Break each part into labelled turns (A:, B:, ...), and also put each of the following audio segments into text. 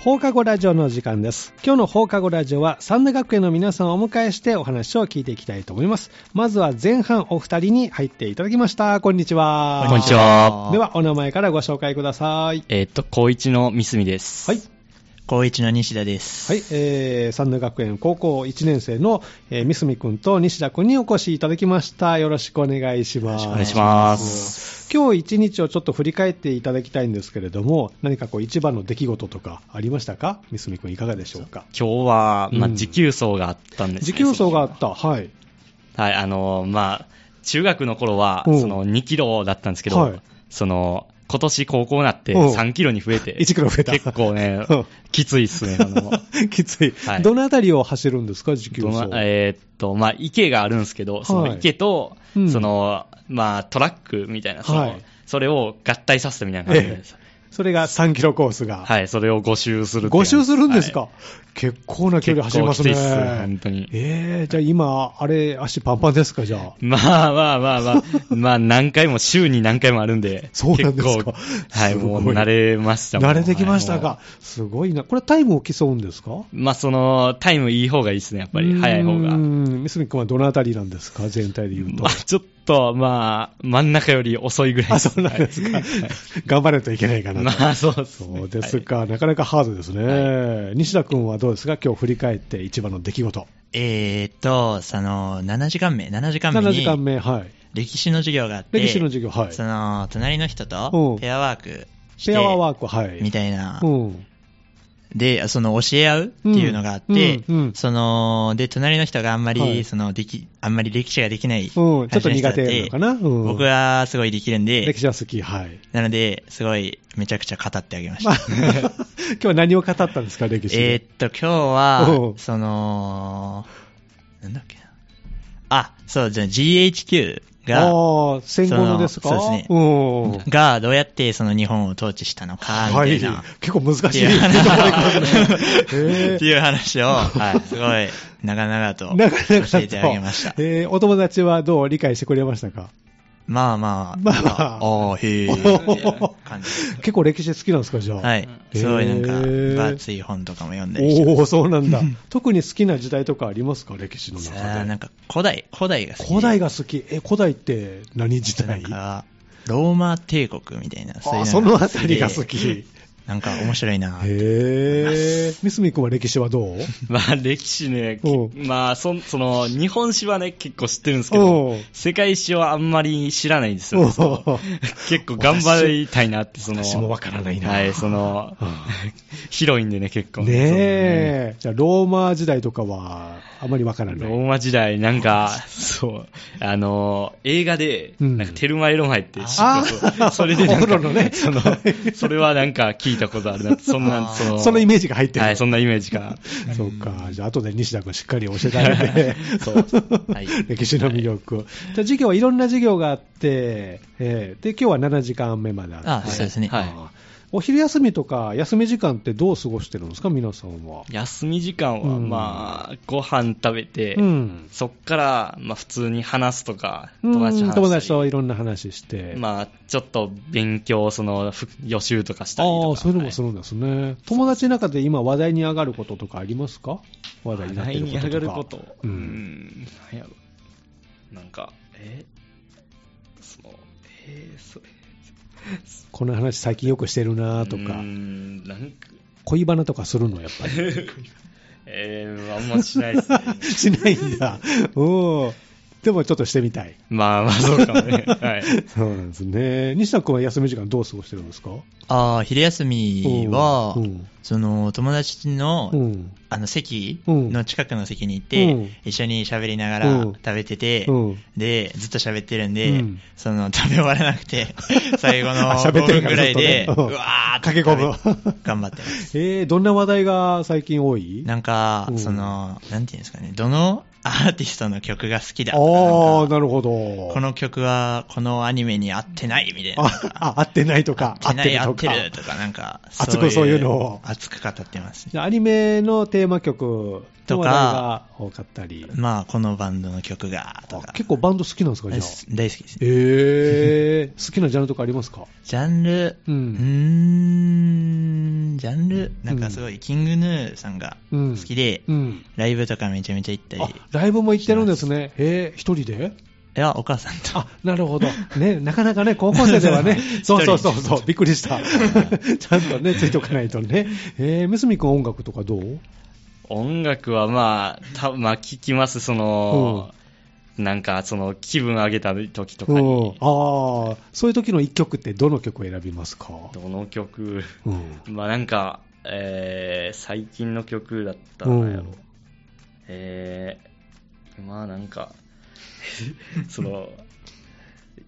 A: 放課後ラジオの時間です。今日の放課後ラジオは三田学園の皆さんをお迎えしてお話を聞いていきたいと思います。まずは前半お二人に入っていただきました。こんにちは。
B: こんにちは
A: では、お名前からご紹介ください。
B: えーっと、高一の三隅です。
A: はい。
C: 高一の西田です。
A: はい、えー、三田学園高校1年生の、えー、三角くんと西田くんにお越しいただきました。よろしくお願いします。
B: お願いします。
A: 今日一日をちょっと振り返っていただきたいんですけれども、何かこう一番の出来事とかありましたか三角くんいかがでしょうか
B: 今日は、まあ、
A: うん
B: 時給走があったんです、
A: 時給層があった。はい。
B: はい、あのーまあ、中学の頃は、
A: うん
B: その2キロだったんですけど、
A: はい
B: その、今年高校になって
A: うん
B: 3キロに増 えて、
A: 1キロ増えた。
B: 結構ね
A: うん、
B: きついっすね、あの
A: きつい。
B: はい
A: どのあたりを走るんですか時給
B: ど
A: 層。
B: のえーっと、まあ、池があるんですけど、そ
A: はい
B: の池と、
A: うん
B: その、まあ、トラックみたいな、その
A: はい
B: それを合体させたみたいな感じです。
A: それが3キロコースが。
B: はい、それを5周するっていう
A: 5周するんですか、
B: は
A: 結構ない距離走りますね。
B: 結構きついっす本当に。
A: えー、じゃあ今、あれ、足パンパンですか、じゃあ。
B: まあまあまあま あ、まあ何回も、週に何回もあるんで、
A: そうなんですか
B: 結構はい、
A: すごい
B: もう慣れましたもん
A: 慣れてきました
B: はい
A: か
B: も。
A: すごいな。これタイムを競うんですかやっ
B: うまあその、タイムいい方がいいですね、やっぱり、早い方が。
A: 三
B: ま
A: 角君はどのあたりなんですか全体で言うと
B: あ。ちょっと、まあ、真ん中より遅いぐらい
A: あ、そうなんですか
B: はい。
A: 頑張らないといけないかなと。
B: まあそうですね。
A: そうですか、なかなかハードですね、西田君はどうですか、今日振り返って一番の出来事、
C: えーっと、その、7時間目、7時間目
A: 7時間
C: に
A: 目、はい、
C: 歴史の授業があって、
A: 歴史の授業、はい、
C: その、隣の人
A: うん
C: とペアワークして、
A: ペアワーク、はい、
C: みたいな、
A: うん、
C: で、その、教え合うっていうのがあって、
A: うんうん
C: その、で、隣の人があんまり、
A: はい
C: その、でき、あんまり歴史ができない、
A: うんちょっと苦手なのかな、うん
C: 僕はすごいできるんで
A: 歴、史は好き、 はい。
C: なので、すごい、めちゃくちゃ語ってあげまし
A: まあ
C: た。
A: 今日は何を語ったんですか、歴史
C: えーっ
A: で。
C: と、今
A: お
C: 日
A: う
C: は、その、なんだっけな。あ、そう、じゃあ GHQ
A: あ
C: が、
A: ー戦後のですか
C: そのそうですね
A: うん
C: がどうやってその日本を統治したのか、みた
A: はい
C: いな。
A: 結構難しい。
C: い や
A: ところへ
C: っ
A: ー
C: ていう話を、はい、すごい、長 々と
A: なかな
C: 教
A: か
C: えてあげました
A: と。えーお友達はどう理解してくれました か
C: まあまあ、
A: まあまあ
C: あへえ、みたいな感じ。
A: 結構歴史好きなんですか、じゃあ。
C: はい。
A: へー
C: すごいなんか、分厚い本とかも読んだりしてま
A: おお、そうなん だ。特に好きな時代とかありますか、歴史の
C: す。
A: 中
C: さあ、
A: で
C: な。んか、古代、古代が好きで。
A: 古代が好き。え、古代って何時
C: な
A: 代
C: んか、ローマ帝国みたいな、
A: あー
C: う
A: そ
C: の
A: の
C: が
A: あ
C: 好
A: た
C: き
A: り
C: で
A: が好き。
C: なんか面白いなぁ。
A: へえ。三角君は歴史はどう
B: まあ歴史ね、き
A: おう
B: まあそその、日本史はね、結構知ってるんですけど
A: おう、
B: 世界史はあんまり知らないんですよね。そ
A: おう
B: の 結構頑張りたいなって、その。
A: 私もわからないな
B: はい、その、広いんでね、結構。
A: ねえ。じゃあ、ローマ時代とかは、あまりわから
B: そ
A: な
B: の
A: い。
B: ローマ時代、なんか、そう、あの、映画で、
A: うん
B: なんか、テルマエロマエって知って
A: あ
B: たそれでなん
A: お風呂のね
B: か、その、それはなんか聞いたことあるなって、そんな、
C: あー
B: その、
A: そのイメージが入ってる。
B: はい、そんなイメージが。
A: そうか。じゃあ、後で西田君しっかり教えてあげて。
B: そうはい
A: 歴史の魅力を。じゃあ、授業はいろんな授業があって、えーで、今日は7時間目まであって。
C: あそうですね
B: は
A: あ
B: い
A: ーお昼休みとか、休み時間ってどう過ごしてるんですか、皆さんは。
B: 休み時間
A: う
B: は、
A: ん
B: まあ、ご飯食べて、
A: うん。
B: そっから、まあ、普通に話すとか、
A: うん
B: 友達と話したり
A: 友達といろんな話して。
B: まあ、ちょっと勉強、その、ふ予習とかしたりとか。
A: ああ、そういうのも
B: はい
A: するんですね。友達の中で今話題に上がることとかありますか話題になってることとか。
B: 話題に上がること。
A: う。
B: うんん。なんやろ。なんか、えその、えー、それ。
A: この話最近よくしてるなと
B: う
A: か
B: ー、ん、なんか、
A: 恋バナとかするの、やっぱり。
B: えー、あんましな いですね。
A: しないんだ。 おーでもちょっとしてみたい。
B: まあまあ、そうかもね。はい。
A: そうなんですね。西田君は休み時間どう過ごしてるんですか
C: ああ、昼休みは
A: うんうん、
C: その、友達の、
A: うん。
C: あの席
A: うん
C: の近くの席に行って、
A: うん
C: 一緒に喋りなが
A: う
C: ら
A: ん
C: 食べてて、
A: うん
C: で、ずっと喋ってるんで、
A: うん
C: その、食べ終わらなく て、最後の
A: あ
C: 5
A: 喋ってるか
C: 分
A: ら
C: ぐらいで、
A: ずっとねうん
C: うわーって
A: 駆け込む
C: 頑張ってます。
A: えー、どんな話題が最近多い
C: なんか、
A: うん
C: その、なんていうんですかね、どのアーティストの曲が好きだ
A: ああ
C: とかな
A: ー、
C: んか
A: なるほど。
C: この曲はこのアニメに合ってないみたいな。
A: あ、あ 合ってないとか、
C: 合ってない、合
A: と
C: って
A: か。
C: るとか、なんか、
A: 熱くそういうのを
C: 熱く語ってますね
A: じゃあアニメのテーマ曲の話題が多かったり。
C: まあ、このバンドの曲が、と
A: あ
C: か。
A: 結構バンド好きなんですか、じゃあ。
C: 大好きですね。
A: えー、好きなジャンルとかありますか
C: ジャンル、
A: う
C: うんーん、ジャンル、なんかすごい、キングヌーさんが
A: うん
C: 好きで、
A: うん。
C: ライブとかめちゃめちゃ行ったり、
A: あ、ライブも行ってるんですね。へえ、一人で
C: いや、お母さんと。
A: あ、なるほど。ね、なかなかね、高校生では ね、そうそうそうそう、びっくりした。 ちゃんとね、ついておかないとね。えー、むすみくん音楽とかどう
B: 音楽はまあ、たまあ、聞きます、その、なんか、その、気分上げた時とか
A: うん
B: に、、
A: ああ、そういう時の一曲ってどの曲を選びますか
B: どの曲、
A: うん。
B: まあなんか、えー、最近の曲だったらなんやろ
A: うん。
B: えー、まあなんか、 その、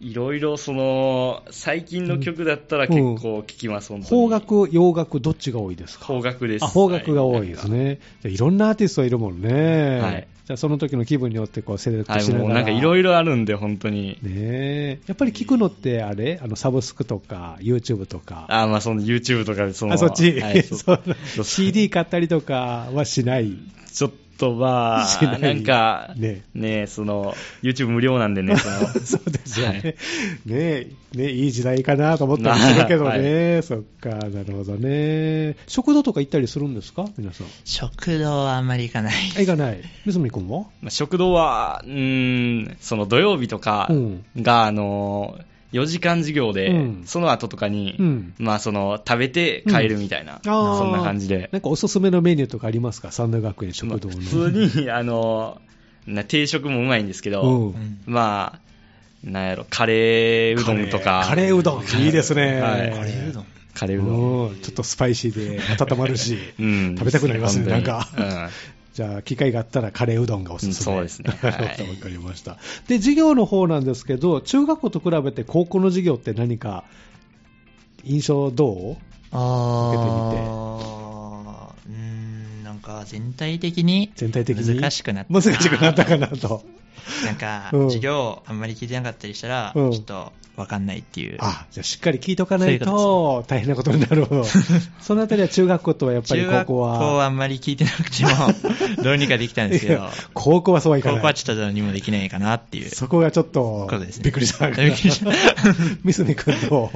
B: いろいろその、最近の曲だったら結構聞きます、本当に
A: 邦楽、洋楽、どっちが多いですか
B: 邦楽です。
A: あ邦楽が多いです
B: は
A: ね、じゃあいろんなアーティストいるもんね、
B: はい
A: じゃあその時の気分によってこうセレクト
B: はい、
A: しなが
B: も
A: ら、
B: うなんかいろいろあるんで、本当に。
A: ねえやっぱり聞くのって、あれ、あのサブスクとか、YouTube とか、
B: あーまあその YouTube とかでその、
A: あそっち、
B: はい、そ
A: そう
B: そう
A: CD 買ったりとかはし ない、
B: ちょっとま
A: しな
B: あ、
A: い
B: なんか、
A: ね
B: ねその、YouTube 無料なんでね、その、
A: そうですよね、
B: はい
A: ねえねえいい時代かなと思ったりするけど ね、そっか、なるほどね、食堂とか行ったりするんですか、皆さん。
C: 食堂はあんまり行かない。
A: あ行かない、みずみくんは
B: まあ食堂は、うーん、その土曜日とか
A: うん
B: が、あのー、4時間授業で、
A: うん
B: その後とかに、
A: うん
B: まあその、食べて帰るみたいな、
A: あー
B: そんな感じで。
A: なんかおすすめのメニューとかありますか、三田学園
B: まあ
A: 食堂の。
B: 普通に、 あのーな定食もうまいんですけ
A: う
B: ど、
A: ん
C: うん
B: まあ、なんやろ、カレーうどんとか、
A: カレーカレーうどん、いいですね。
B: はい
C: カレーうどん。
B: カレーうどん。
A: うんちょっとスパイシーで温まるし、
B: うん
A: 食べたくなりますね、なんか
B: 本。当に うん
A: じゃあ、機会があったらカレーうどんがおすすめ。
B: うんそうです
A: わ
B: ねはい
A: かりました。で、授業の方なんですけど、中学校と比べて高校の授業って何か印象どう
C: あーうーん、なんか全体的に
A: 全体的に。
C: 難しくなった
A: 難しくなったかな と。
C: なんか、
A: うん
C: 授業あんまり聞いてなかったりしたら、
A: うん
C: ちょっとわかんないっていう。
A: あ、じゃあしっかり聞いとかない
C: そういう
A: と大変なことになる。そのあたりは中学校とはやっぱり
C: 中
A: 高
C: 学
A: 校
C: 校
A: は。
C: はあんまり聞いてなくて も、どうにかできたんですけ
A: い
C: ど
A: や、高校はそうはいか
C: 高
A: ない。
C: 校はちょっとどうにもできないかなっていう。
A: そこがちょっと
C: ことですね
A: びっくり した。
C: びっくりした
A: ミスミ君と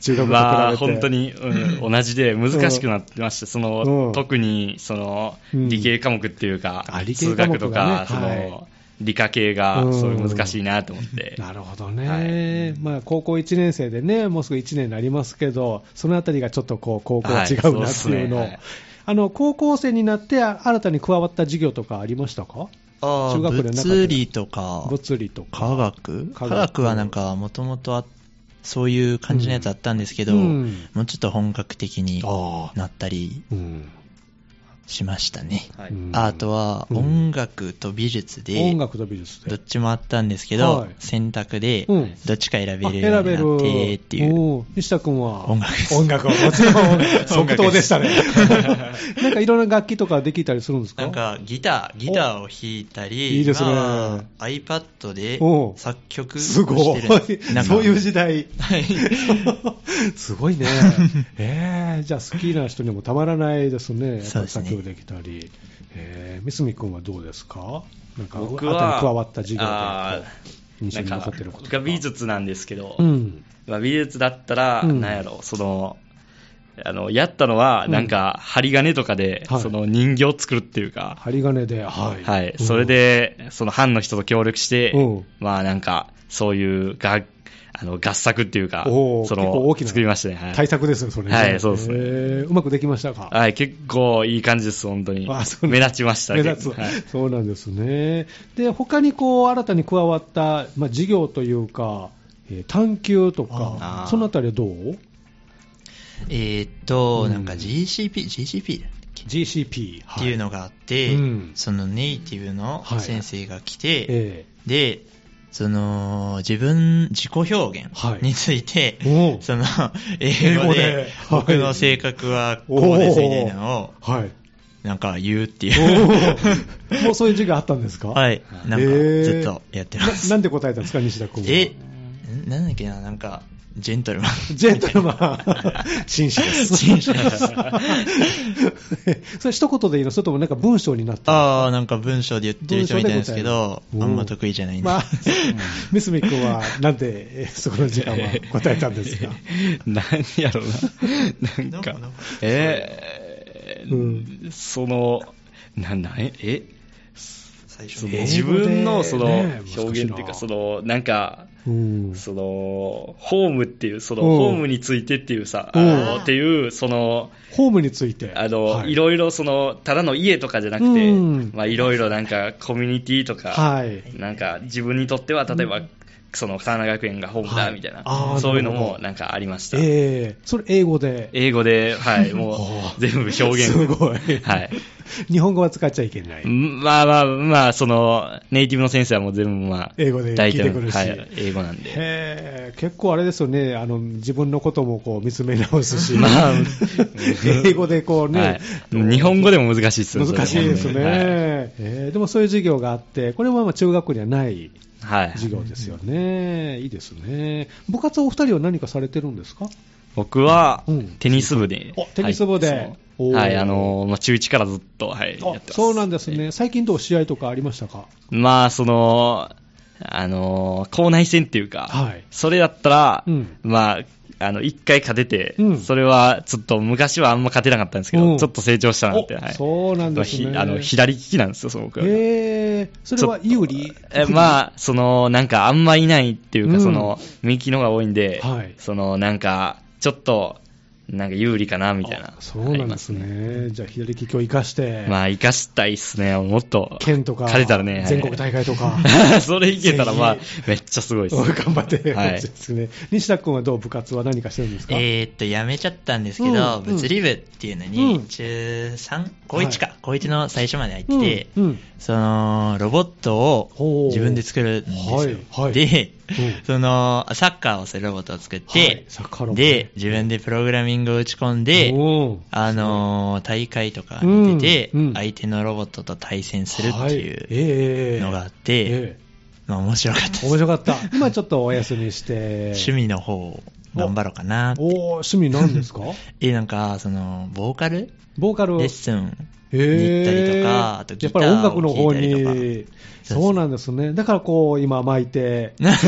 A: 中学校と比べて、
B: まあ、本当に、うん同じで難しくなってました、その
A: うん
B: 特にその
A: うん
B: 理系科目っていうか、
A: あ理系科目が
B: 数
A: ね
B: 学とか、そ
A: はい
B: の理科系
A: う
B: が
A: ん
B: そういう難しいなと思って、
A: なるほどね、まあ、高校1年生でね、もうすぐ1年になりますけど、そのあたりがちょっとこう高校は違うなって
B: はいそうですね
A: いうのを、
B: はい
A: あの高校生になってあ新たに加わった授業とかありましたか
C: あ
A: 中
C: ー
A: 学でなかった
C: 物理とか、
A: 物理とか。
C: 科学
A: 科
C: 科
A: 学
C: 学はなんか、もともとそういう感じのやつあったんですけど、
A: うん
C: もうちょっと本格的に
A: ああ、
C: なったり
A: うん
C: しましたね。
B: はい
A: うん
C: あとは、音楽と美術で、
A: 音楽と美術で
C: どっちもあったんですけ
A: は
C: ど
A: い、
C: 選択で
A: うん、
C: どっちか選べ
A: あ
C: るよ
A: 選
C: うに
A: べる。
C: なってっていう。
A: おー西田君は
C: 音楽です
A: 音楽はもちろん
C: 音
A: 即
C: 楽
A: 答で
C: で
A: し
C: す
A: たね。なんかいろんな楽器とかできたりするんですか
C: なんか、ギター、ギターを弾いたり、
A: いいですね
C: まあ iPad で
A: おう
C: 作曲を
A: す
C: してる
A: ごい
C: んです。な。んか
A: そういう時代。
C: はい
A: すごいね。えー、じゃあ好きな人にもたまらないですね。
C: そうですね
A: やっぱり作業できたり。えー、三角君はどうですかなんか、
B: 僕
A: 後
B: は
A: に加わった授業で
B: あ
A: こう、印象
B: なん
A: に残
B: か
A: ってることと
B: 僕
A: か。
B: は美術なんですけど、
A: うん。
B: まあ、美術だったら、
A: うん
B: なんやろ、その、あのやったのは、
A: うん
B: なんか、針金とかで、
A: はい
B: その人形を作るっていうか、
A: 針金で、はい。
B: はい、
A: うん
B: それ、で、その班の人と協力して
A: うん、
B: まあなんか、そういうがあの合作っていうか、
A: おー
B: そ
A: 結構
B: の
A: 大きな
B: 作りましたね。は
A: 対
B: い
A: 策ですね、それね
B: はいそうですね
A: えーうまくできましたか
B: はい、結構いい感じです、本当に
A: あそう。
B: 目立ちました
A: 目立つ、
B: はい
A: そうなんですね。で、他にこう、新たに加わった、まあ、事業というか、えー探究と
B: あ
A: か、
B: ー
A: そのあたりはどう
C: えーっと、
A: うん
C: なんか GCP、GCP だっけ
A: ?GCP。は
C: っていうのがあって
A: うん、
C: そのネイティブの
A: はい
C: 先生が来て、
A: え
C: で、その、自分、自己表
A: はい
C: 現について
A: え、おう
C: その、英
A: 英語
C: 語
A: で
C: で、
A: はい
C: 僕の性格はこうですみたいなのを、
A: はい。
C: なんか言うって
A: お
C: いう。
A: う もうそういう授業あったんですか
C: はい。なんか、
A: へー
C: ずっとやってま
A: な
C: す。
A: なんて答えたんですか、西田君は。
C: え、んなんだっけな、なんか、ジェントルマン。
A: ジェントルマン。紳士です。
C: 紳士です
A: それ一言でいいのそれともなんか文章になったの
C: ああ、なんか文章で言ってる人みたいですけど、
A: 文章で答える
C: あんま得意じゃないんで。
A: まあ、三角君はなんでえーそこの時間は答えたんです か
B: 何やろ うな。なん
C: どこ
B: か
C: どこ、
B: えー
A: う
B: その、な、なんやえ
C: 最
B: その
C: 初
A: 英語で
B: 自分のその
A: ね
B: 表現ってい
A: 難しいな
B: うか、その、なんか、
A: うん
B: その、ホームっていう、その、
A: うん
B: ホームについてっていうさ、
A: うん
B: あのっていう、その、
A: ホームについて。
B: あの、、
A: はい
B: ろいろその、ただの家とかじゃなくて、
A: うん
B: まあ、いろいろなんかコミュニティとか、
A: はい。
B: なんか自分にとっては、例えば、その、神奈川学園がホーム
A: は
B: だ、
A: い
B: みたいな、
A: あー
B: そういうの
A: なるほ
B: も
A: ど
B: なんかありました。
A: ええそれ英語で。
B: 英語で、はい、 も
A: お
B: う、全部表現。
A: すごい
B: はい。
A: 日本語は使っちゃいけない。
B: まあまあまあ、その、ネイティブの先生はもう全部まあ、
A: 英語で聞いてくるし。
B: はい、英語なんで。
A: へえ結構あれですよね、あの自分のこともこう見つめ直すし、
B: まあ
A: 英語でこうね、
B: はい、日本語でも難しいですよ
A: 難しいです
B: そ
A: ね、
B: れもはい
A: えーでもそういう授業があって、これはまあ中学校にはない
B: はい。
A: 授業ですよね、いいですね、部活お二人は何かされてるんですか
B: 僕は
A: うん、
B: テニス部で
A: お。テニス部で
B: はいそ
A: お
B: う
A: ー
B: はい、あのー、まあ、中1からずっと、はい、やって
A: あ
B: ます。
A: そうなんですね、最近どう試合とかありましたか、
B: まあ、その、あのー、校内戦っていうか、
A: はい
B: それだったら、
A: うん
B: まあ、あの、一回勝てて、
A: うん
B: それは、ちょっと、昔はあんま勝てなかったんですけど、
A: うん
B: ちょっと成長したなって、
A: お
B: はい。
A: そうなんですね
B: まあひあの、左利きなんですよ、すごく。
A: えー、それは有利
B: えまあ、その、なんか、あんまいないっていうか、
A: うん
B: その、右の方が多いんで、
A: はい
B: その、なんか、ちょっと、なんか有利かな、みたいな
A: あ。そうなんです
B: あり
A: ね、じゃあ、左利きを生かして、
B: ます。まあ、生かしたいっすね、もっと。
A: 県とか、
B: 勝てたらね。はい
A: 全国大会と か。
B: それいけたら、まあ
A: ぜ、
B: めっちゃすごいです。
A: 頑張ってほしい
B: はい
A: で。すね、西田君はどう部活は何かしてるんですか、
C: えーっと、やめちゃったんですけど、
A: うん
C: 物理部っていうの
A: うん
C: に、中3、高1か、高1の最初まで入ってて、
A: うんうん
C: その、ロボット
A: ほう
C: を自分で作るんですよ。
A: はいはい
C: で、
A: うん
C: その、サッカーをするロボットを作っ
A: はい
C: て、
A: サッカーロボット
C: で、自分でプログラミングを打ち込んで、
A: おー
C: あのー大会とかに出て、
A: うんうん
C: 相手のロボットと対戦するっていう
A: いう
C: のがあって、まあ面白かったです。
A: 面白かった、今ちょっとお休み して、
C: 趣味の方を頑張ろうかなって。
A: おー趣味なんですか、
C: え、なんか、その、ボーカル
A: ボーカル
C: レッスン
A: へ
C: に行ったりとか、あと
A: ー
C: ギ
A: やっ
C: タ
A: ぱり音
C: ー
A: 楽の
C: を
A: 方
C: 弾いたりと
A: に
C: か。、
A: そうなんですね、だからこう、今、巻い て、なんか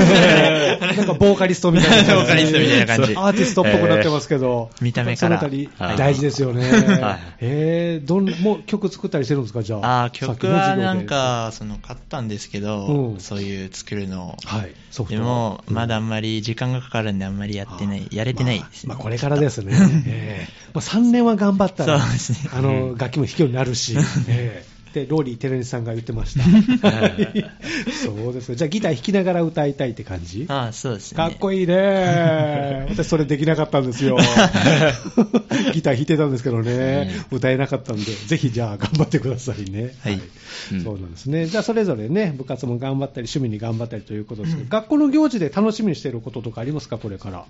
A: ボーカリストみたいな、
C: ボーカリストみたいな感じ
A: アーティストっぽくなってますけど、
C: えー見た目から
A: そのあたり
B: はい
A: 大事ですよね、
B: はい
A: えーどんもう曲作ったりしてるんですか、じゃあ、
C: あー
A: さっき
C: 曲
A: の授
C: は
A: 業で
C: なん、か、その、買ったんですけ
A: う
C: ど
A: ん、
C: そういう作るのを。
A: はい、ソフト
C: でも、まだあんまり時間がかかるんで、あんまりやってない、やれてないですね
A: まあまあこれからですね、えーまあ、3年は頑張ったら、
C: そうですね
A: あの楽器も弾けるようになる し、えーでローリー・テレンさんが言ってました、はいそうですね、じゃあ、ギター弾きながら歌いたいって感じ
C: ああ、そうですね。
A: かっこいいね。私それできなかったんです よ。ギター弾いてたんですけどね、歌えなかったんで、ぜひじゃあ頑張ってくださいね。
C: はい
B: うん
A: そうなんですね。じゃあそれぞれね、部活も頑張ったり、趣味に頑張ったりということですけど、学校の行事で楽しみにしていることとかありますか、これから。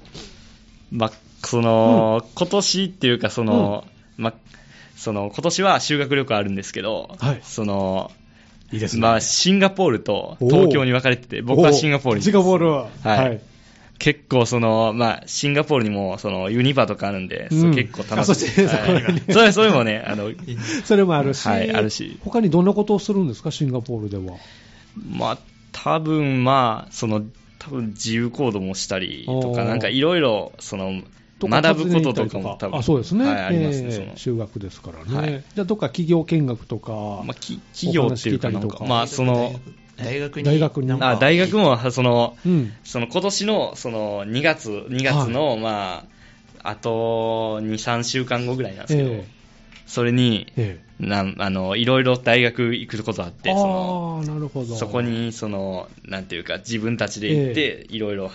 B: まあ、その、今年っていうか、その、まあ、その、今年は修学旅行あるんですけど、
A: はい
B: その、
A: いいですね。
B: まあ、シンガポールと
A: おー
B: 東京に分かれてて、僕はシンガポール
A: お
B: に。
A: シンガポールは。
B: はい結構その、まあ、シンガポールにも、その、ユニバとかあるんで、そう
A: うん
B: 結構
A: あ
B: 楽
A: そ
B: し
A: っち
B: い。
A: そこにね
B: それ、それもね、あの、
A: それもあるし、
B: はいあるし
A: 他にどんなことをするんですか、シンガポールでは。
B: まあ、多分まあ、その、多分自由行動もしたりと
A: お
B: か、
A: ー
B: なんかいろいろ、その、
A: とか
B: 学ぶこととか
A: 訪ねに行
B: も
A: った
B: 多
A: り
B: 分。
A: あそうですね、
B: はい、あります
A: え
B: ね。
A: え
B: その
A: 修学ですからね、
B: はい
A: じゃあ、どっか企業見学とか、
B: まあ、き企業っていうか
A: お話聞いたり
B: なん
A: とか
B: か、まあ、その、
C: 大学に。
A: 大学に
C: なんか
B: あ大学も、その、
A: うん、
B: その今年の、その、2月、2月の、まあ、あと、2、3週間後ぐらいなんですけど、
A: え
B: それに、
A: え
B: なんあのいろいろ大学行くことあっ
A: ええ
B: てその
A: ああ、なるほど、
B: そこにそのなんていうか自分たちで行っていろいろ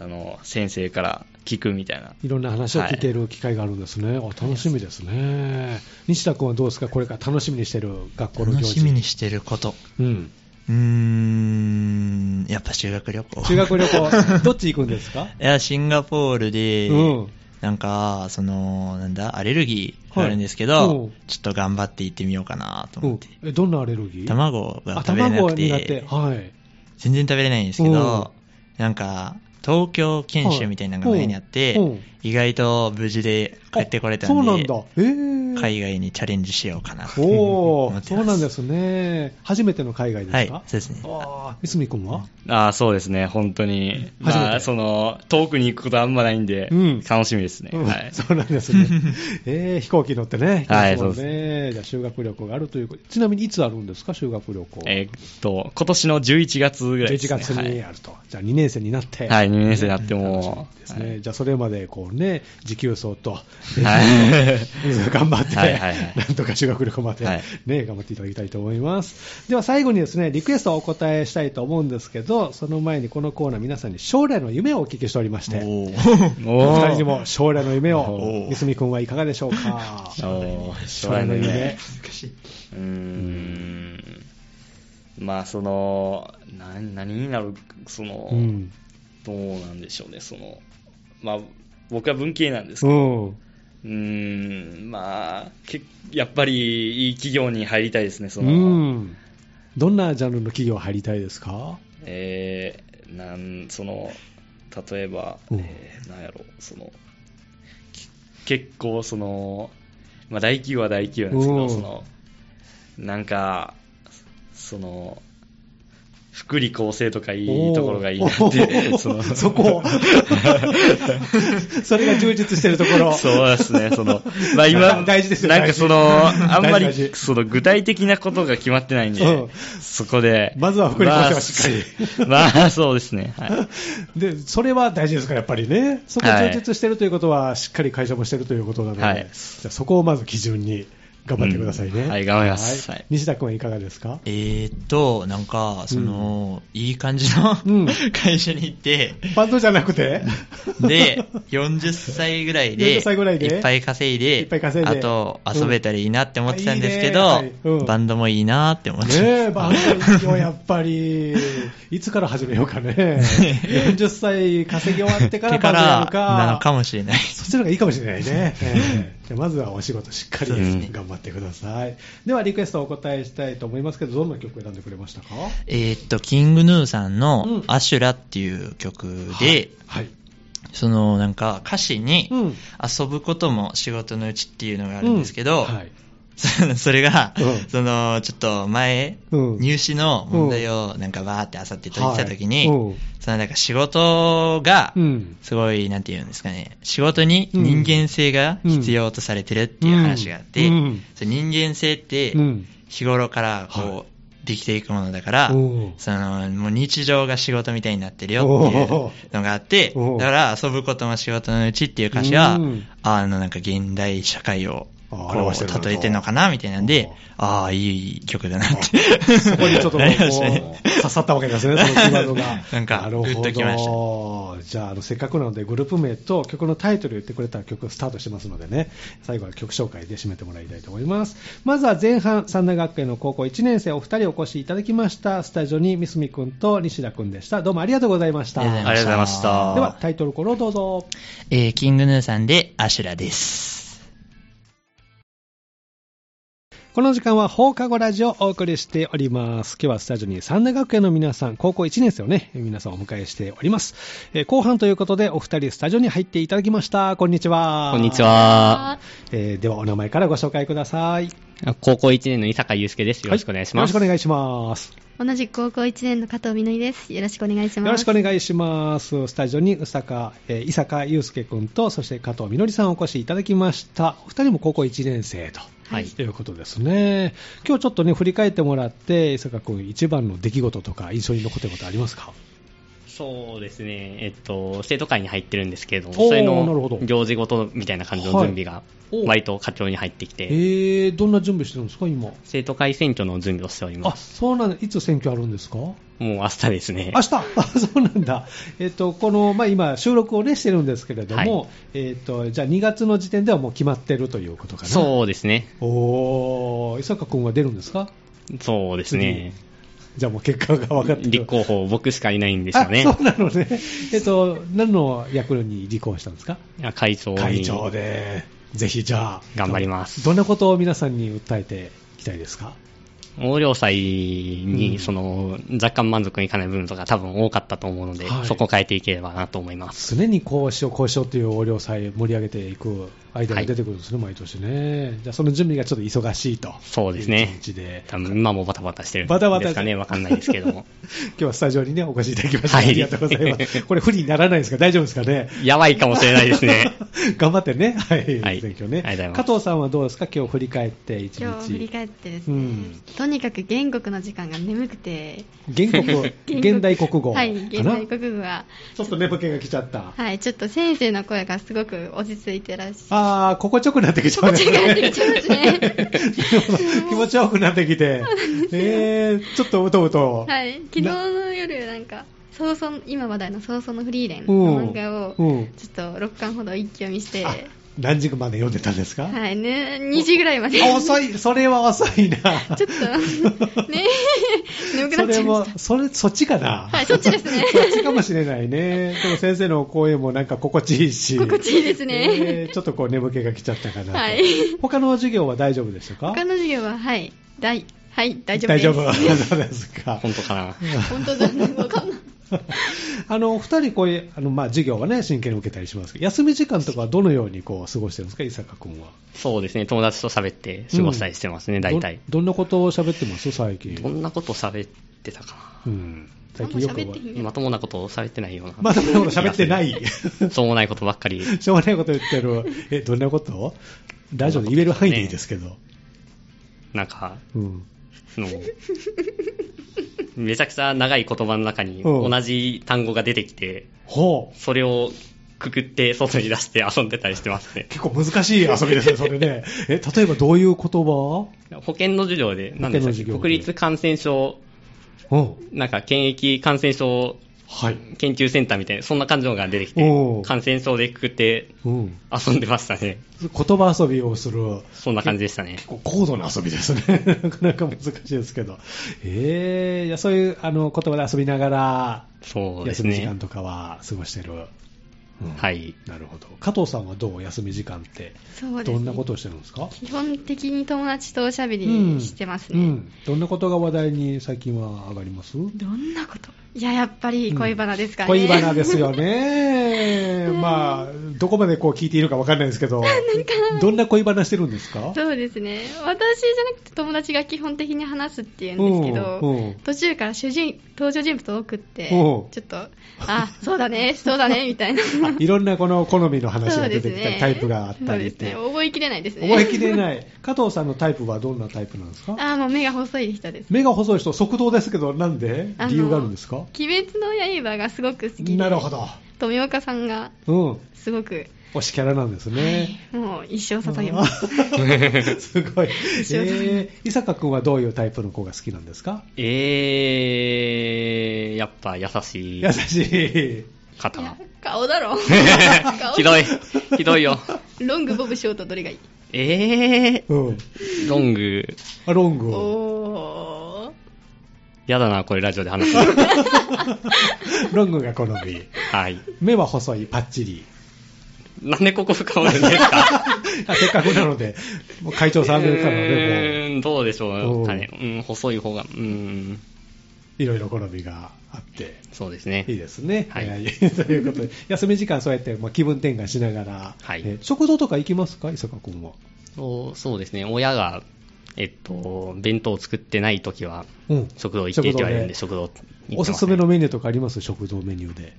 B: あの先生から聞くみたいない
A: ろんな話を聞ける機会があるんですね、あ楽しみですね、西田君はどうですか、これから楽しみにしてる学校の行
C: 楽
A: 事、
C: しみにしてること。
A: うん、
C: うーん、やっぱ修学旅行。
A: 修学旅行、どっち行くんですか、
C: いや、シンガポールで、
A: うん
C: なんか、その、なんだ、アレルギーがあるんですけ
A: はい
C: ど、
A: うん
C: ちょっと頑張って行ってみようかなと
A: う
C: 思っ
A: ん
C: て。、
A: えどんなアレルギー
C: 卵が
A: あ
C: 食べれな
A: 卵は
C: く
A: 苦
C: て、
A: 手、はい、
C: 全然食べれないんですけど、なんか、東京研修みたいなのが前にあって、
A: うんうん
C: 意外と無事で帰ってこれた
A: あそ
C: ん
A: うな
C: で、
A: んだ。えー、
C: 海外にチャレンジしようかなと
A: お
C: 思
A: ー
C: って
A: そ
C: ます。
A: うなんですね。初めての海外で
C: は
A: す
C: い
A: か、、
C: そうですね。
A: ああ、三角君は
B: ああ、そうですね、本当に。
A: うん初めて
B: まあ、その、遠くに行くことあんまないんで、
A: うん
B: 楽しみですね。
A: うん
B: はい。
A: そうなんです ね。えー、飛行機乗ってね。
B: は
A: 行
B: い
A: きますもんね。じゃあ修学旅行があるということ。ちなみにいつあるんですか、修学旅行。
B: えーっと、今年の11月ぐらいです
A: 11
B: ね。
A: 月にあると。じゃあ2年生になって。
B: はい、はい、2年生になって
A: 楽しみ
B: も
A: ですね。じゃあそれまでこうね、持久走と、
B: はい。
A: 頑張って、
B: はいはいはい
A: なんとか修学旅行まで、
B: はい
A: ね、頑張っていただきたいと思います。では最後にですね、リクエストをお答えしたいと思うんですけど、その前にこのコーナー皆さんに将来の夢をお聞きしておりまして、
C: おー
B: お
A: お
B: ー
A: 二人にも将来の夢を
C: お、ー
A: 三角君はいかがでしょうか
B: おー将
A: 将
B: 来
A: 来
B: の
A: の
B: 夢
A: 夢。。
C: 難しい。
B: うーん。まあ、その、な何になる、その、
A: うん。
B: どうなんでしょうね、その、まあ、僕は文系なんですけ
A: う
B: ど、
A: ん。
B: うーん、まあ、けやっぱりいい企業に入りたいですね、そうの、
A: ん。どんなジャンルの企業入りたいですか
B: えーなん、その、例えば、
A: うん
B: えーなんやろう、その、き結構、その、まあ、大企業は大企業なんですけ
A: うん
B: ど、その、なんか、その、福利厚生とかいいところがいいな
A: お
B: って、
A: ー
B: その、
A: そこそれが充実してるところ。
B: そうですね、その、まあ
A: 大
B: 今、
A: 大事ですよ
B: なん
A: 大
B: か
A: 事
B: その、 あんま
A: 大
B: り
A: 事大、事
B: その具体的なことが決まってないん
A: う
B: で
A: ん、
B: そこで。
A: まずは福利厚生はし
B: っかり。 まあ、そうですね。はい
A: で、それは大事ですから、やっぱりね。そこ充実してるということは、しっかり会社もしてるということなので、
B: はい
A: じゃあそこをまず基準に頑張ってくださいね。
B: うんはい頑張りますはい
A: 西田君はいかがですか
C: えーっと、なんか、その、いい感じの、
A: うん
C: 会社に行って、
A: バンドじゃなくて
C: で、40歳ぐらいで、
A: 40歳ぐらいで
C: っぱい稼いで、
A: いっぱい稼いで
C: あと、遊べたらいいなって思ってたんですけ
A: うん
C: ど
A: あいいねはいうん、
C: バンドもいいなって思ってます。
A: ねえ、バンドいいよ、やっぱり。いつから始めようかね。40歳稼ぎ終わってからバ
C: 手か
A: ンドや
C: ら
A: る
C: なの
A: か
C: か。もしれない。
A: そっちの方がいいかもしれないね。ええじゃあまずはお仕事しっかり
B: そうですね
A: 頑張ってください。ではリクエストをお答えしたいと思いますけど、どんな曲を選んでくれましたか
C: えーっと、キングヌーさん
A: うん
C: のアシュラっていう曲で、
A: はい。
C: そのなんか歌詞に
A: うん
C: 遊ぶことも仕事のうちっていうのがあるんですけど、
A: うんはい。
C: そ それが、
A: うん
C: そのちょっと前、
A: うん
C: 入試の問題をなんかわーってあさって解いてた時に、
A: はいうん
C: そのなんか仕事が
A: うん。
C: すごいなんて言うんですかね仕事に人間性が必要とされてるっていう話があって、
A: うんうん
C: その人間性って
A: うん
C: 日頃からこう、
A: はい
C: できていくものだから、
A: おう
C: そのもう日常が仕事みたいになってるよっていう
A: お
C: のがあって、
A: おう
C: だから遊ぶことも仕事のうちっていう歌詞は
A: うん、
C: あのなんか現代社会を
A: あ
C: こ
A: 表してるな
C: う
A: と
C: 例えてるのかなみたいなんで、ああ、いい曲だなって。
A: そこにちょっとこ
C: なりましたね。
A: う、刺さったわけですね、そのキーワードが
C: なんか
A: なるほ
C: グッときました
A: ど。じゃあ、あの、せっかくなので、グループ名と曲のタイトルを言ってくれたら曲スタートしますのでね、最後は曲紹介で締めてもらいたいと思います。まずは前半、三大学園の高校1年生お二人お越しいただきました。スタジオに三角くんと西田くんでした。どうもありがとうございました。
C: ありがとうござ
B: あ
C: いま
B: りがとうございまし
C: あ
B: た。
A: では、タイトルコールをどうぞ。
C: えーキングヌーさんでアシュラです。
A: この時間は放課後ラジオをお送りしております。今日はスタジオに三大学園の皆さん、高校1年生をね、皆さんをお迎えしております。えー後半ということで、お二人スタジオに入っていただきました。こんにちは。
D: こんにち。は。
A: えーでは、お名前からご紹介ください。
D: 高校1年の伊坂祐介です。よろしくお願いします。
A: はよろしくお願いします。
E: 同じく高校1年の加藤みのりです。よろしくお願いします。
A: よろしくお願いします。スタジオに宇坂、えー伊坂祐介君と、そして加藤みのりさんをお越しいただきました。お二人も高校1年生と。
D: はい
A: ということですね。今日ちょっとね、振り返ってもらって、伊坂君、一番の出来事とか、印象に残ってることありますか
D: そうですね。えっと、生徒会に入ってるんですけれども、
A: おー
D: それ
A: なるほ
D: の
A: ど
D: 行事ごとみたいな感じの準備が
A: はいおー
D: 割と課長に入ってきて、
A: えー、どんな準備してるんですか、今。
D: 生徒会選挙の準備をしておりま
A: あ、
D: す。
A: そうなんだ。いつ選挙あるんですか
D: もう明日ですね
A: 明。日あそうなんだ。えっ、と、この、まあ、今、収録をね、してるんですけれども、
D: はい
A: えっ、と、じゃあ2月の時点ではもう決まってるということかな。
D: そうですね。
A: おー、伊坂君は出るんですか
D: そうですね。
A: じゃあもう結果が分かってる。
D: 立候補僕しかいないんですよ
A: あ
D: ね。
A: そうなのね。 えっ、と、何の役に立候補したんですか
D: いや会長に。
A: 会長で、ぜひじゃあ、
D: 頑張ります
A: どんなことを皆さんに訴えていきたいですか
B: 横領祭に、
A: うん
B: その、若干満足にいかない部分とか多分多かったと思うので、
A: はい
B: そこ変えていければなと思います。
A: 常にこうしよう、こうしようっていう横領祭盛り上げていくアイデアが出てくるんですね、毎年ね。じゃあ、その準備がちょっと忙しいと。
B: そうですね
A: 一日で。
B: 多分今もバタバタしてるん
A: バタバタ
B: ですかね、わかんないですけども。
A: 今日はスタジオにね、お越しいただきまして、
B: はい
A: ありがとうございます。これ、不利にならないですか大丈夫ですかね
B: やばいかもしれないですね。
A: 頑張ってね。はい。
B: はい
A: 勉強ね。
B: ありがとうございま
A: 加
B: す
A: 藤さんはどうですか今日振り返って、一日。
E: 今日振り返ってです
A: う
E: ね、
A: ん
E: とにかく言国の時間が眠くて、
A: 原告、
E: 原告
A: 現代国語かな。
E: はい、現代国語が、
A: ちょっと寝ぼけが来ちゃった。
E: はい、ちょっと先生の声がすごく落ち着いてらっしゃ
A: あー、心地よくなってきちゃうね。
E: る。ちょっとね
A: 気持ちよくなってき て。えー、ちょっとうとうと。
E: はい、昨日の夜、なんか、早々今話題の早々のフリーレン
A: うん
E: の漫画を、
A: うん
E: ちょっと6巻ほど一気読みして、
A: あ何時まで読んでたんですか、
E: はいね、2時ぐらいまで。
A: あ遅い、それは遅いな。
E: ちょっと、ね、 眠くな
A: そ
E: っちゃ
A: れ
E: いま
A: も
E: し、
A: それ、そっちかな。
E: はいそっちですね
A: そっちかもしれないね。でも先生の声もなんか心地いいし。
E: た。心地いいですね。
A: えーちょっとこう眠気が来ちゃったかなと。
E: はい
A: 他の授業は大丈夫でしたか
E: 他の授業は、はい、大、はい、大丈夫で
A: 大
E: す。
A: 丈夫。そうですか。
B: 本当かな。
E: 本当だね、わかんない。
A: あの、お二人こういう、あの、まあ、授業はね、真剣に受けたりしますけど、休み時間とかはどのようにこう過ごしてるんですか、伊坂君は。
B: そうですね、友達と喋って過ごしたりしてますね、大体。
A: ど。どんなことを喋ってます最近。
B: どんなこと喋ってたか
A: う
B: な。
A: ん。最近
E: あん
A: よ
E: ま
A: く
E: 喋ってへん
B: まともなこと喋ってないような。
A: まだまだ喋ってない。
B: しょうもないことばっか り。
A: しょうがないこと言ってる。え、どんなことラジオで言える範囲でいいですけど。
B: なんか、
A: うん。
B: その、めちゃくちゃ長い言葉の中に
A: うん
B: 同じ単語が出てきて、
A: ほう。
B: それをくくって外に出して遊んでたりしてますね。
A: 結構難しい遊びです ね、それね。え、例えばどういう言葉
B: 保健の授業で、何でした
A: 保健の
B: っ
A: 授
B: け
A: 業で
B: 国立感染症、
A: うん。
B: なんか検疫感染症
A: はい。
B: 研究センターみたいな、そんな感情が出てき
A: お
B: て
A: う、
B: 感染症でくくって
A: うん。
B: 遊んでましたね。
A: 言葉遊びをする。
B: そんな感じでしたね。
A: 結構高度な遊びですね。 なかなか難しいですけど。えー、いやそういうあの言葉で遊びながら、
B: そうです
A: 休み時
B: ね
A: 間。とかは過ごしてる。うん
B: はい。
A: なるほど。加藤さんはどう休み時間って、
E: そうですね。
A: どんなことをしてるんですか
E: 基本的に友達とおしゃべりしてますね。
A: うんうんどんなことが話題に最近は上がります
E: どんなこといや、やっぱり恋バナですかね。
A: 恋バナですよね。まあ、どこまでこう聞いているかわかんないですけ ど、どんな恋バナしてるんですか
E: そうですね。私じゃなくて友達が基本的に話すっていうんですけど、
A: うんうん
E: 途中から主人登場人物多くって、ち
A: うん
E: ょっと、あ、そうだね、そうだね、みたいな。
A: あいろんなこの好みの話
E: そう
A: が
E: で
A: 出
E: す
A: てきたり、
E: ね。
A: タイプがあったりっ
E: そう
A: て
E: です。ね。覚えきれないですね。
A: 覚えきれない。加藤さんのタイプはどんなタイプなんですか
E: あーもう目が細い人です。
A: 目が細い人、即答ですけど、なんで
E: あの
A: 理由があるんですか
E: 鬼滅の刃がすごく好きで、
A: なるほど。
E: 富岡さんが
A: うん。
E: すごく、
A: 推しキャラなんですね。
E: もう一生捧げます。
A: すごい。えー、伊坂くんはどういうタイプの子が好きなんですか
B: えー、やっぱ優しい
A: 優しい。
E: いや
B: 方。
E: 顔だ ろ
B: ひどい。ひどいよ。
E: ロング、ボブ、ショート、どれがいい
B: え
A: うん。
B: ー、ロング。
A: あロングを。
E: おー。
B: やだな、これラジオで話す の。
A: ロングが好み。
B: はい。
A: 目は細い、パッチリ。
B: なんでここ深掘るんですか
A: あせっかくなので、もう会長さんですからね、も
B: うーん、どうでしょうかね。
A: お
B: うん、細い方が、うん、
A: う、いろいろ好みがあって。
B: そうですね
A: いい。ですね。は。
B: はいい
A: ということで、休み時間、そうやってまあ気分転換しながら、
B: はい
A: え食堂とか行きますか、伊坂君は。
B: そうそうですね、親が、えっと、弁当を作ってないときは、
A: うん
B: 食堂行ってって言われるんで、
A: 食
B: 食堂行って
A: お
B: ます
A: す
B: ね
A: すめのメニューとかあります食堂メニューで。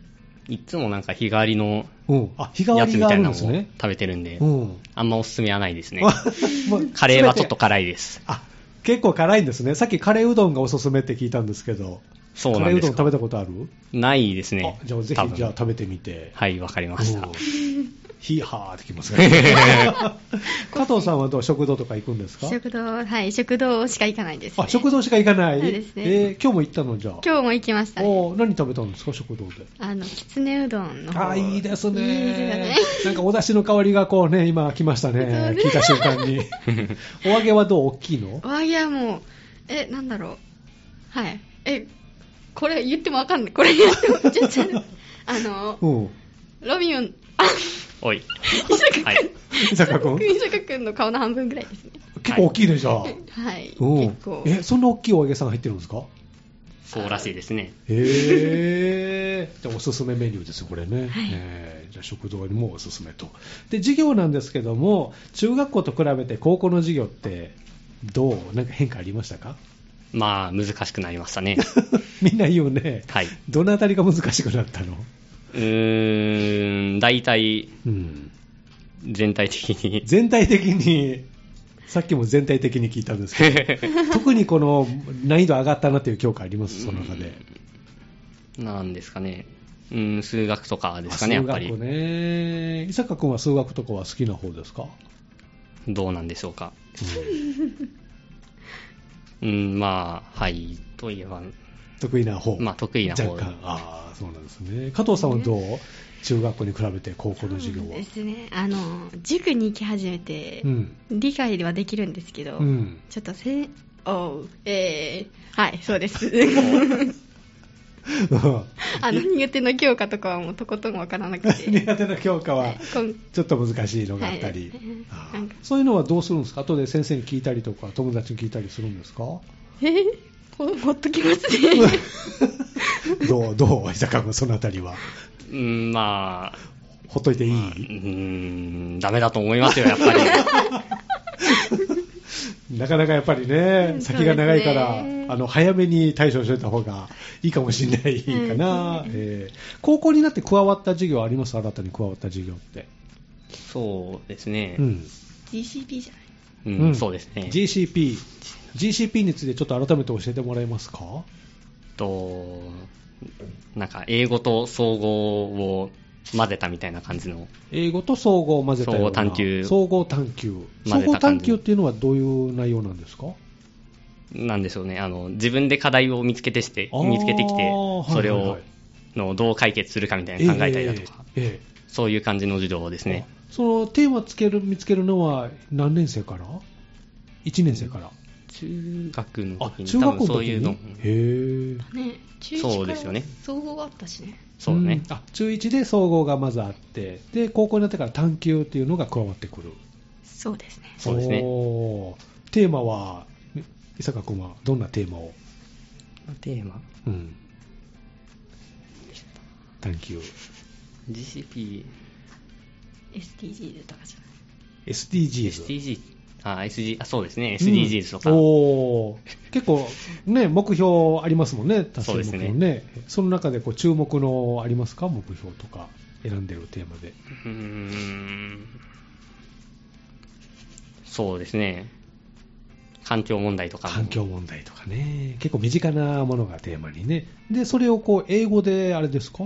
B: いつもなんか日替わりの
A: うん。あ、日替わ
B: やつ
A: り
B: み
A: があ
B: たい
A: るん
B: なの
A: です
B: を食
A: ね。
B: べてるんで、
A: うん。
B: あんまおすすめはないですね。
A: もう
B: カレーはちょっと
A: 全て
B: 辛いです。
A: あ、結構辛いんですね。さっきカレーうどんがおすすめって聞いたんですけど。
B: そうな
A: カレ
B: んですか
A: ーうどん食べたことある、
B: ないですね
A: あ。じゃあぜ
B: 多
A: ひ
B: 分
A: じゃあ食べてみて。
B: はい、わかりました
A: うん。ヒーハーってきます ね。加藤さんはどう食堂とか行くんですか
E: 食堂、はい、食堂しか行かないです、ね。
A: あ、食堂しか行かない。
E: そうですね
A: えー今日も行ったのじゃあ。
E: 今日も行きましたね。
A: おー何食べたんですか食堂で。
E: あの、きつねうどんの方。
A: あーいいですね
E: いいですよね。
A: なんかお出汁の香りがこうね、今来ましたね。
E: そう
A: 聞い
E: ね
A: た瞬間 に。お揚げはどう大きいの
E: お揚げはもう、え、なんだろう。はい。え、これ言ってもわかんない。これ言っても、ちょ、ちょ、あの、
A: うん。
E: ロミオン、あ、
B: おい。
E: 伊坂くん、
B: はい。
A: 伊坂君
E: 伊坂くんの顔の半分ぐらいですね。
A: 結構大きいでしょ。
E: はい。
A: うん
E: 結構。
A: え、そんな大きいお揚げさん入ってるんですか
B: そうらしいですね。
A: へ ー。じゃあおすすめメニューですよ、これね。
E: はい
A: えーじゃあ食堂にもおすすめと。で、授業なんですけども、中学校と比べて高校の授業って、どうなんか変化ありま したか
B: まあ、難しくなりまし たね。
A: みんな言うね。
B: はい。
A: どのあたりが難しくなったの
B: うーん、大体、
A: うん。
B: 全体的に。
A: 全体的に、さっきも全体的に聞いたんです けど、特にこの難易度上がったなという教科あります、その中で。
B: なんですかね。うん、数学とかですか
A: あ
B: ね、やっ
A: 数
B: ぱり
A: 学。ね。伊坂君は数学とかは好きな方ですか、
B: どうなんでしょ うか。うん、まあ、はい。といえば、
A: 得意な方。
B: まあ、得意な方
A: 若干。ああ、そうなんですね。加藤さんはどう中学校に比べて高校の授業は
E: で。すね。あの、塾に行き始めて、
A: うん。
E: 理解はできるんですけど、
A: うん。
E: ちょっとせん、おう、えー、はい、そう です。あの、苦手の教科とかはもうとことんわからな くて。
A: 苦手な教科
E: は、
A: はい
E: こん
A: ちょっと難しいのがあったり
E: はい。
A: あ
E: なん
A: ー
E: か
A: そういうのはどうするんですか後で先生に聞いたりとか、友達に聞いたりするん ですか
E: えー、ほほっときます ね。
A: どう、どう、伊坂君、そのあたりは。
B: うん、まあ、
A: ほっといていい、
B: うーん、ダメだと思いますよ、やっぱ り。
A: なかなかやっぱりね
E: う、ん
A: 先が長いから、
E: そうですね
A: あの、早めに対処しといた方がいいかもしれないかな。えー高校になって加わった授業あります新たに加わった授業って。
B: そうですね
A: う。ん。
E: GCP じゃない
B: うん、
A: うん
B: そうですね。
A: GCP。GCP についてちょっと改めて教えてもらえますか
B: と、なんか、英語と総合を混ぜたみたいな感じの。
A: 英語と総合を混ぜたような
B: 総合探究
A: 総合探究。
B: 混
A: 総
B: ぜ
A: 合
B: た
A: 探
B: 感じ
A: 究っていうのはどういう内容なんですか
B: なんでしょうね、あの自分で課題を見つけてして
A: あー
B: 見つけてきて
A: はい、
B: それ
A: はいは
B: を
A: い
B: のどう解決するかみたいな考えたりだとか、
A: えーえー
B: そういう感じの授業ですね。
A: そのテーマつける見つけるのは何年生から ?1 年生から。
B: 中学の
A: あ
B: 時、に、
A: 中
B: 多
A: 学校の
B: 分そう
A: 時
B: いう
A: に
B: の、
A: へえ。
E: ね。中1
B: そうですよね
E: から総合あったしね。
B: そうだね
A: ん、あ中1で総合がまずあって、で、高校になってから探究っていうのが加わってくる。
E: そうですね。
B: そうですね
A: おーテーマは、伊坂君はどんなテーマを、
B: テーマ、
A: うん、探究。
B: GCP、
E: SDGs とかじゃない。
A: SDGs。
B: SDG、あ、SG、あ、そうですね、SDGs とか、
A: うんおー結構、ね、目標ありますもんね、達成目標ね。
B: そ
A: そうの中でこう注目のありますか、目標とか、選んでるテーマで。
B: うーん、そうですね、環境問題とかも、
A: 環境問題とかね、結構身近なものがテーマにね。で、それをこう、英語であれですか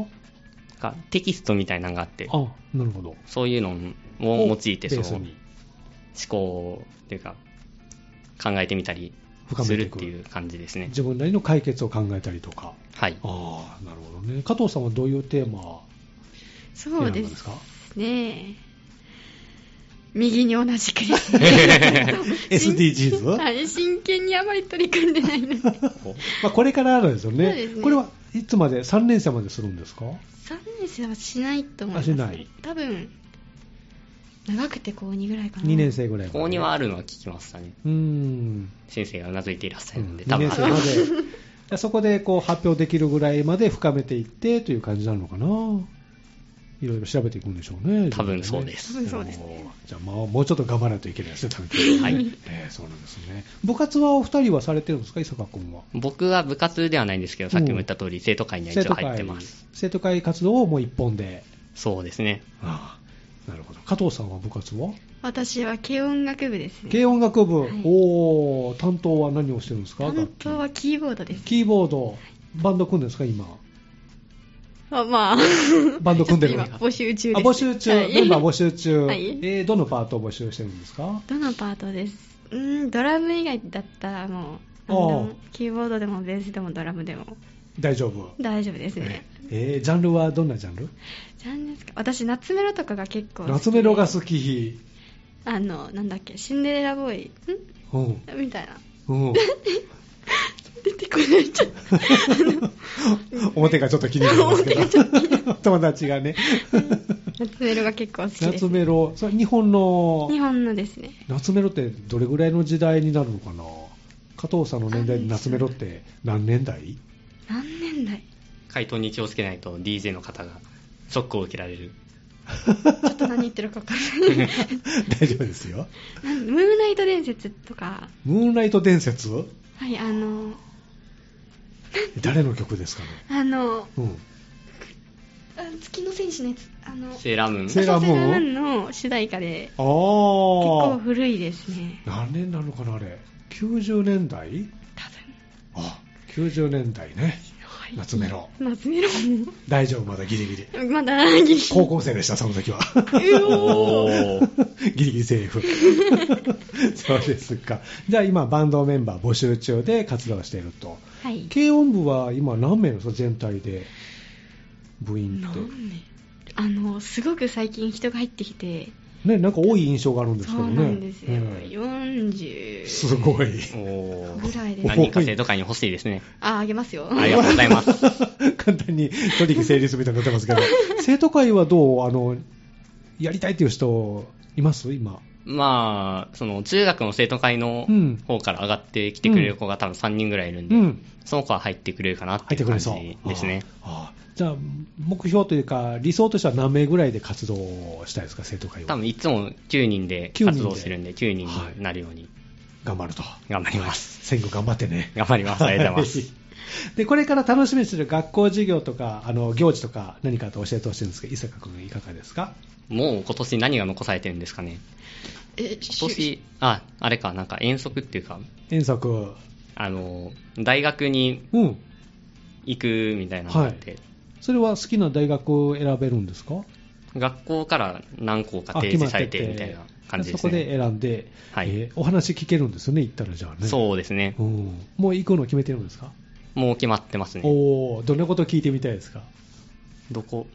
B: がテキストみたいなのがあって、
A: あ、なるほど。
B: そういうのを用いて、
A: ベ
B: そ
A: ース
B: の
A: に
B: 思考というか考えてみたり
A: 深
B: す
A: めて
B: るっ
A: いく
B: ていう感じですね
A: 自分なりの解決を考えたりとか。
B: はい
A: ああ、なるほどね。加藤さんはどういうテーマ
E: そう
A: 選んだ
E: で
A: ん
E: す
A: ですか
E: ね。右に同じくですね。
A: SDGs？
E: はい、真剣にあまり取り組ん でないので、3
A: まあこれからあるんですよ
E: そうで
A: ね
E: す。ね
A: これはいつまで ?3 年生までするんですか
E: 年生はしないと思います、ね。
A: あしない
E: 多分、長くて高2ぐらいかな。
A: ?2 年生ぐらいまで。
B: ここにはあるのは聞きましたね
A: うーん。
B: 先生がうなずいていらっしゃるので
A: 2
B: 多分
A: 年生まで。
B: あ
A: じゃあそこでこう発表できるぐらいまで深めていってという感じなのかな。いろいろ調べていくんでしょうね。
B: 多分そうで
E: 多
B: す
E: 分そうですね。
A: おーじゃあ、まあ、もうちょっと頑張らないといけないですね、探究は。はい。えーそうなんですね。部活はお二人はされてるんですか、伊坂君は。
B: 僕は部活ではないんですけどさっきも言った通り生徒会には一応入ってます
A: 生徒会活動をもう一本で。
B: そうですね
A: ああ、なるほど。加藤さんは部活は
E: 私は軽音楽部ですね。
A: 軽音楽部。
E: い
A: おお担当は何をしてるんですか
E: 担当はキーボードです。
A: キーボード。バンド組んでるんですか、今。
E: あまあ、
A: バンド組んでる
E: 今、 募集中
A: あ
E: です。
A: 募集中、
E: はい
A: メンバー募集中、
E: はい
A: えーどのパートを募集してるんですか
E: どのパートですうーん、ドラム以外だったらもう、あ
A: あ
E: の
A: あ
E: キーボードでもベースでもドラムでも
A: 大丈夫。
E: 大丈夫ですね。
A: えージャンルはどんなジャンル
E: 何ですか私、夏メロとかが結構好きで
A: 夏メロが好き。
E: あの、なんだっけ、シンデレラボーイ、
A: うん。
E: んみたいな。
A: うん。
E: 出てこないちょっと。
A: 表がちょっと気になりますけど。友達がね。
E: 夏メロが結構好きです
A: 夏メロ、それ日本の
E: 日本のですね
A: 夏メロってどれぐらいの時代になるのかな加藤さんの年代で夏メロって何年代
E: 何 年代
B: 回答に気をつけないと DJ の方がショックを受けられる。
E: ちょっと何言ってるか分かんない
A: 大丈夫です よ。
E: なんムーンライト伝説とか
A: ムーンライト伝説
E: はいあの
A: 誰の曲ですかね
E: あの
A: うん。
E: あ月の戦士のやつあの
B: セーラームーン。
A: セーラームーン
E: セーラの主題歌で
A: あ
E: 結構
A: ー。
E: 古いですね
A: 何年なのかなあれ。90年代
E: 多分
A: あ、90年代ね。夏メロ。
E: 夏メロ
A: 大丈夫、まだギリギリ。
E: もまだギリ
A: 高校生でした、その時は。
B: おー。
A: ギリギリセーフ。 そうですか。じゃあ今、バンドメンバー募集中で活動していると。
E: はい
A: 軽音部は今何名ですか全体で。部員っ
E: 何
A: て。
E: 年あのすごく最近人が入ってきて
A: ね、なんか多い印象があるんですけ
E: そ
A: ど
E: う
A: ね。
E: なんですよ、
A: うん
E: 40
A: すごい。
B: お
E: ぐ
B: ー。
E: らいです
B: 何人か生徒会に欲しいですね。
E: ああげますよ
B: ありがとうございます。
A: 簡単に取引成立みたいになってますけど、生徒会はどうあの、やりたいっていう人、います今。
B: まあ、その中学の生徒会の
A: うん
B: 方から上がってきてくれる子が多分3人ぐらいいるんで、
A: うん
B: その子は入ってくれるかなっ
A: 入っ
B: てい
A: て
B: う
A: く
B: 感
A: れそう。
B: じですね。
A: ああ。ああじゃあ、目標というか、理想としては何名ぐらいで活動したいですか、生徒会は。
B: 多分いつも9人で活動してるんで、9人
A: はい
B: になるように
A: 頑張ると。
B: 頑張ります。
A: 戦後頑張ってね。
B: 頑張ります。ありがとうご ざいます。
A: はいで、これから楽しみにする学校授業とか、あの、行事とか、何かあと教えてほしいんですけど、伊坂君いかがですか
B: もう今年何が残されてるんですかね。
E: え
B: 今年、あ、あれか、なんか遠足っていうか、
A: 遠足。
B: あの、大学に
A: うん。
B: 行くみたいなのがあって、
A: それは好きな大学を選べるんですか
B: 学校から何校か
A: あ
B: 提
A: 決ま
B: 示
A: っ
B: さ
A: てて
B: れてみたいな感じです
A: そこで
B: ね。
A: 選んで、
B: はい
A: えーお話聞けるんですよね、行ったらじゃあね。
B: そうですね
A: う。んもう行くの決めてるんですか、
B: もう決まってますね。
A: おおどんなこと聞いてみたいですか
B: どこ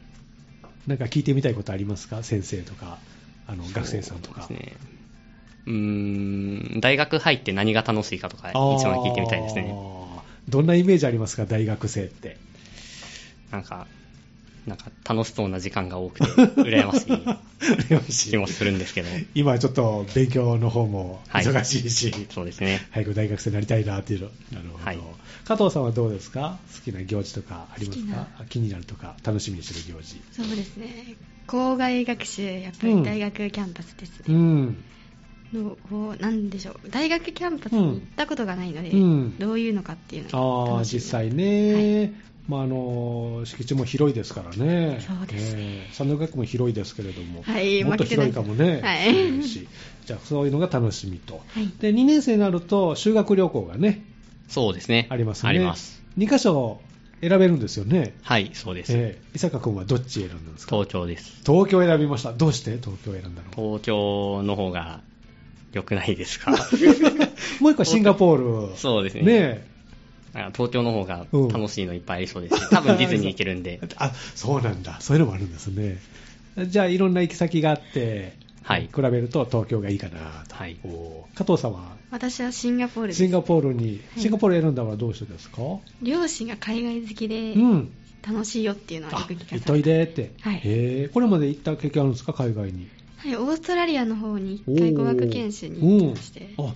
A: なんか聞いてみたいことありますか先生とか、あの学生さんとか。
B: そうですね。うーん、大学入って何が楽しいかとか、一
A: あー
B: 番聞いてみたいですね。。
A: どんなイメージありますか大学生っ て。
B: なんか、なんか楽しそうな時間が多くて、 羨ましい
A: 羨まし
B: 気
A: い
B: もするんですけど、
A: 今ちょっと勉強の方も
B: はい
A: 忙しいし、
B: そうですね。
A: 早く大学生になりたいなっていうの。なるほど。
B: はい
A: 加藤さんはどうですか好きな行事とかありますか
E: 好き
A: あ気になるとか、楽しみにしてる行事。
E: そうですね校外学習やっぱり大学キャンパスです
A: う
E: ね、
A: ん。
E: のこうなんでしょう大学キャンパスに行ったことがないので、
A: うん
E: どういうのかっていうのが
A: ああ、
E: 楽しみ
A: 実際ね。まあ、あの、敷地も広いですからね。
E: そうですね
A: ええ三大学も広いですけれども。
E: はい
A: もっと
E: 負けてな
A: 広
E: い
A: いかもね。
E: はい
A: 広しじゃあ、そういうのが楽しみと。
E: はい
A: で、2年生になると修学旅行がね、
B: そうですね。
A: ありますね。
B: あります。。
A: 2箇所選べるんですよね。
B: はい、そうです。
A: ええ伊坂君はどっち選んだんですか
B: 東京です。
A: 東京選びました。どうして東京選んだの
B: 東京の方が良くないで すか
A: もう一個はシンガポール。
B: そうですね
A: ね
B: あ東京の方が
A: うん
B: 楽しいのいっぱいありそう ですし、多分ディズニー行けるんで
A: え。 あ、そうなんだ。そういうのもあるんですね。じゃあ、いろんな行き先があって、
B: はい
A: 比べると東京がいいかなと。
B: はい
A: おー加藤さんは、
E: 私はシンガポールです
A: シンガポールに、
E: はい
A: シンガポール選んだのはどうしてですか、
E: 両親が海外好きで
A: うん。
E: 楽しいよっていうのはよ
A: あ、
E: く聞か
A: 行
E: さ
A: っといでって。
E: はい
A: へーこれまで行った経験あるんですか海外に。
E: はい、オーストラリアの方に
A: お
E: 一
A: ー
E: 回語学研修に行きまして、
A: うん
E: い
A: あ、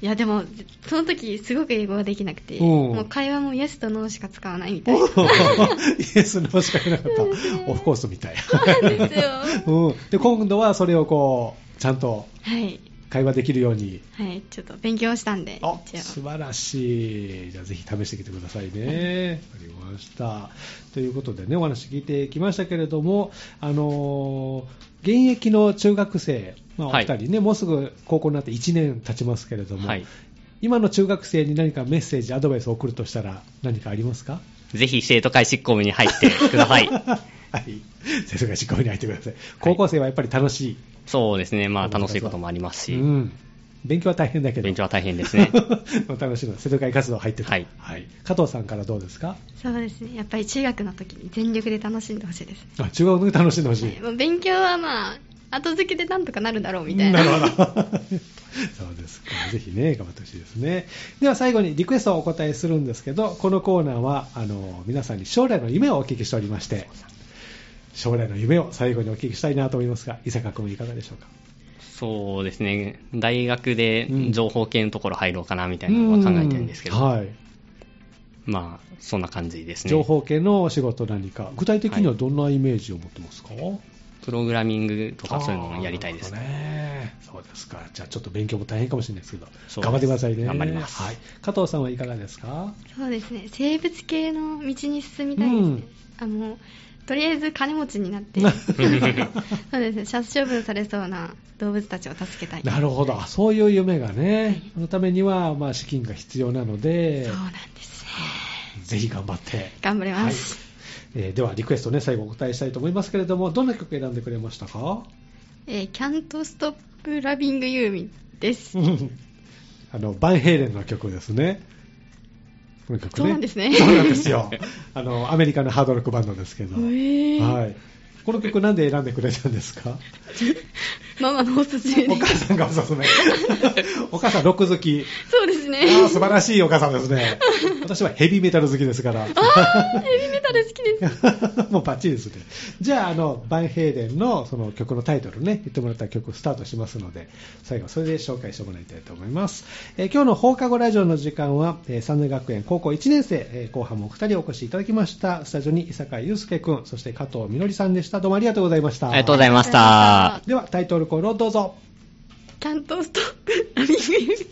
E: やでもその時すごく英語ができなくて、
A: うん
E: もう会話もイエスとノーしか使わないみたいな
A: イエスのしかいな かった。オフコースみたい。
E: なんですよ。
A: うん。で、今度はそれをこう、ちゃんと
E: はい、
A: 会話できるように
E: はい、ちょっと勉強したんで、
A: あ
E: 一応
A: 素晴らしい。じゃあぜひ試してきてくださいね。わかりました。ということでね、お話聞いてきましたけれども、あのー現役の中学生、まあ、お
B: は
A: 二
B: い
A: 人ね、もうすぐ高校になって1年経ちますけれども、
B: はい。
A: 今の中学生に何かメッセージ、アドバイスを送るとしたら何かあります か
B: ぜひ生徒会執行部に入ってく ださい。
A: はい。先生が執行部に入ってください。高校生はやっぱり楽しい。
B: そうですね。まあ楽しいこともあります
A: う
B: し、
A: ん。勉強は大変だけど。
B: 勉強は大変です ね。
A: 楽しいの。生徒会活動入ってた。
B: はい
A: 加藤さんからどうですか
E: そうですね、やっぱり中学の時に全力で楽しんでほしいです。
A: あ、中学の時楽しんでほし。
E: はいい、もう勉強はまあ後付けでなんとかなるだろうみたい
A: な
E: な。
A: るほ ど。そうですか。ぜひね、頑張ってほしいですね。では最後にリクエストをお答えするんですけど、このコーナーは、あの、皆さんに将来の夢をお聞きしておりまして、将来の夢を最後にお聞きしたいなと思いますが、伊坂君いかがでしょうか。
D: そうですね、大学で情報系のところ入ろうかなみたいなのは考えてるんですけど、
A: うはい。
D: まあ、そんな感じですね。
A: 情報系のお仕事何か、具体的にはどんなイメージを持ってますか、
D: プログラミングとかそういうのをやりたいです
A: あ
D: ね。
A: ーなるほどね。そうですか。じゃあちょっと勉強も大変かもしれないですけど、
D: す
A: 頑張ってくださいね。
D: 頑張ります
A: はい。加藤さんはいかがですか
E: そうですね生物系の道に進みたいですね、あのとりあえず金持ちになっ てそうですね殺処分されそうな動物たちを助けたい
A: なるほど。あそういう夢がね、そのためには、まあ、資金が必要なので
E: そう、なんですね
A: ぜひ頑張って。
E: 頑張ります、
A: えーでは、リクエストね、最後お答えしたいと思いますけれども、どんな曲選んでくれました か
E: えー、Can't Stop Loving You Me です。
A: あの、バンヘイレンの曲ですね。この曲ね。
E: そうなんですね
A: そうなんです よ。あの、アメリカのハードロックバンドですけど。
E: へえ
A: はい。この曲なんで選んでくれたんですか
E: ママのおすすめで
A: お母
E: す。
A: さんがおすすめ。 お母さんロック好き。
E: そうですね。
A: ああ、素晴らしいお母さんですね。私はヘビーメタル好きですから。
E: あーヘビメタル好きで す。
A: もうバッチリですね。じゃあ、あの、バンヘイレンのその曲のタイトルね、言ってもらった曲スタートしますので、最後それで紹介してもらいたいと思います。えー今日の放課後ラジオの時間は、えー三年学園高校1年生、えー後半もお二人お越しいただきました。スタジオに伊坂祐介くん、そして加藤みのりさんでした。どうもありがとうございました。
D: ありがとうございました。
A: では、タイトルコールをどうぞ。
E: Can't Stop Loving You Me。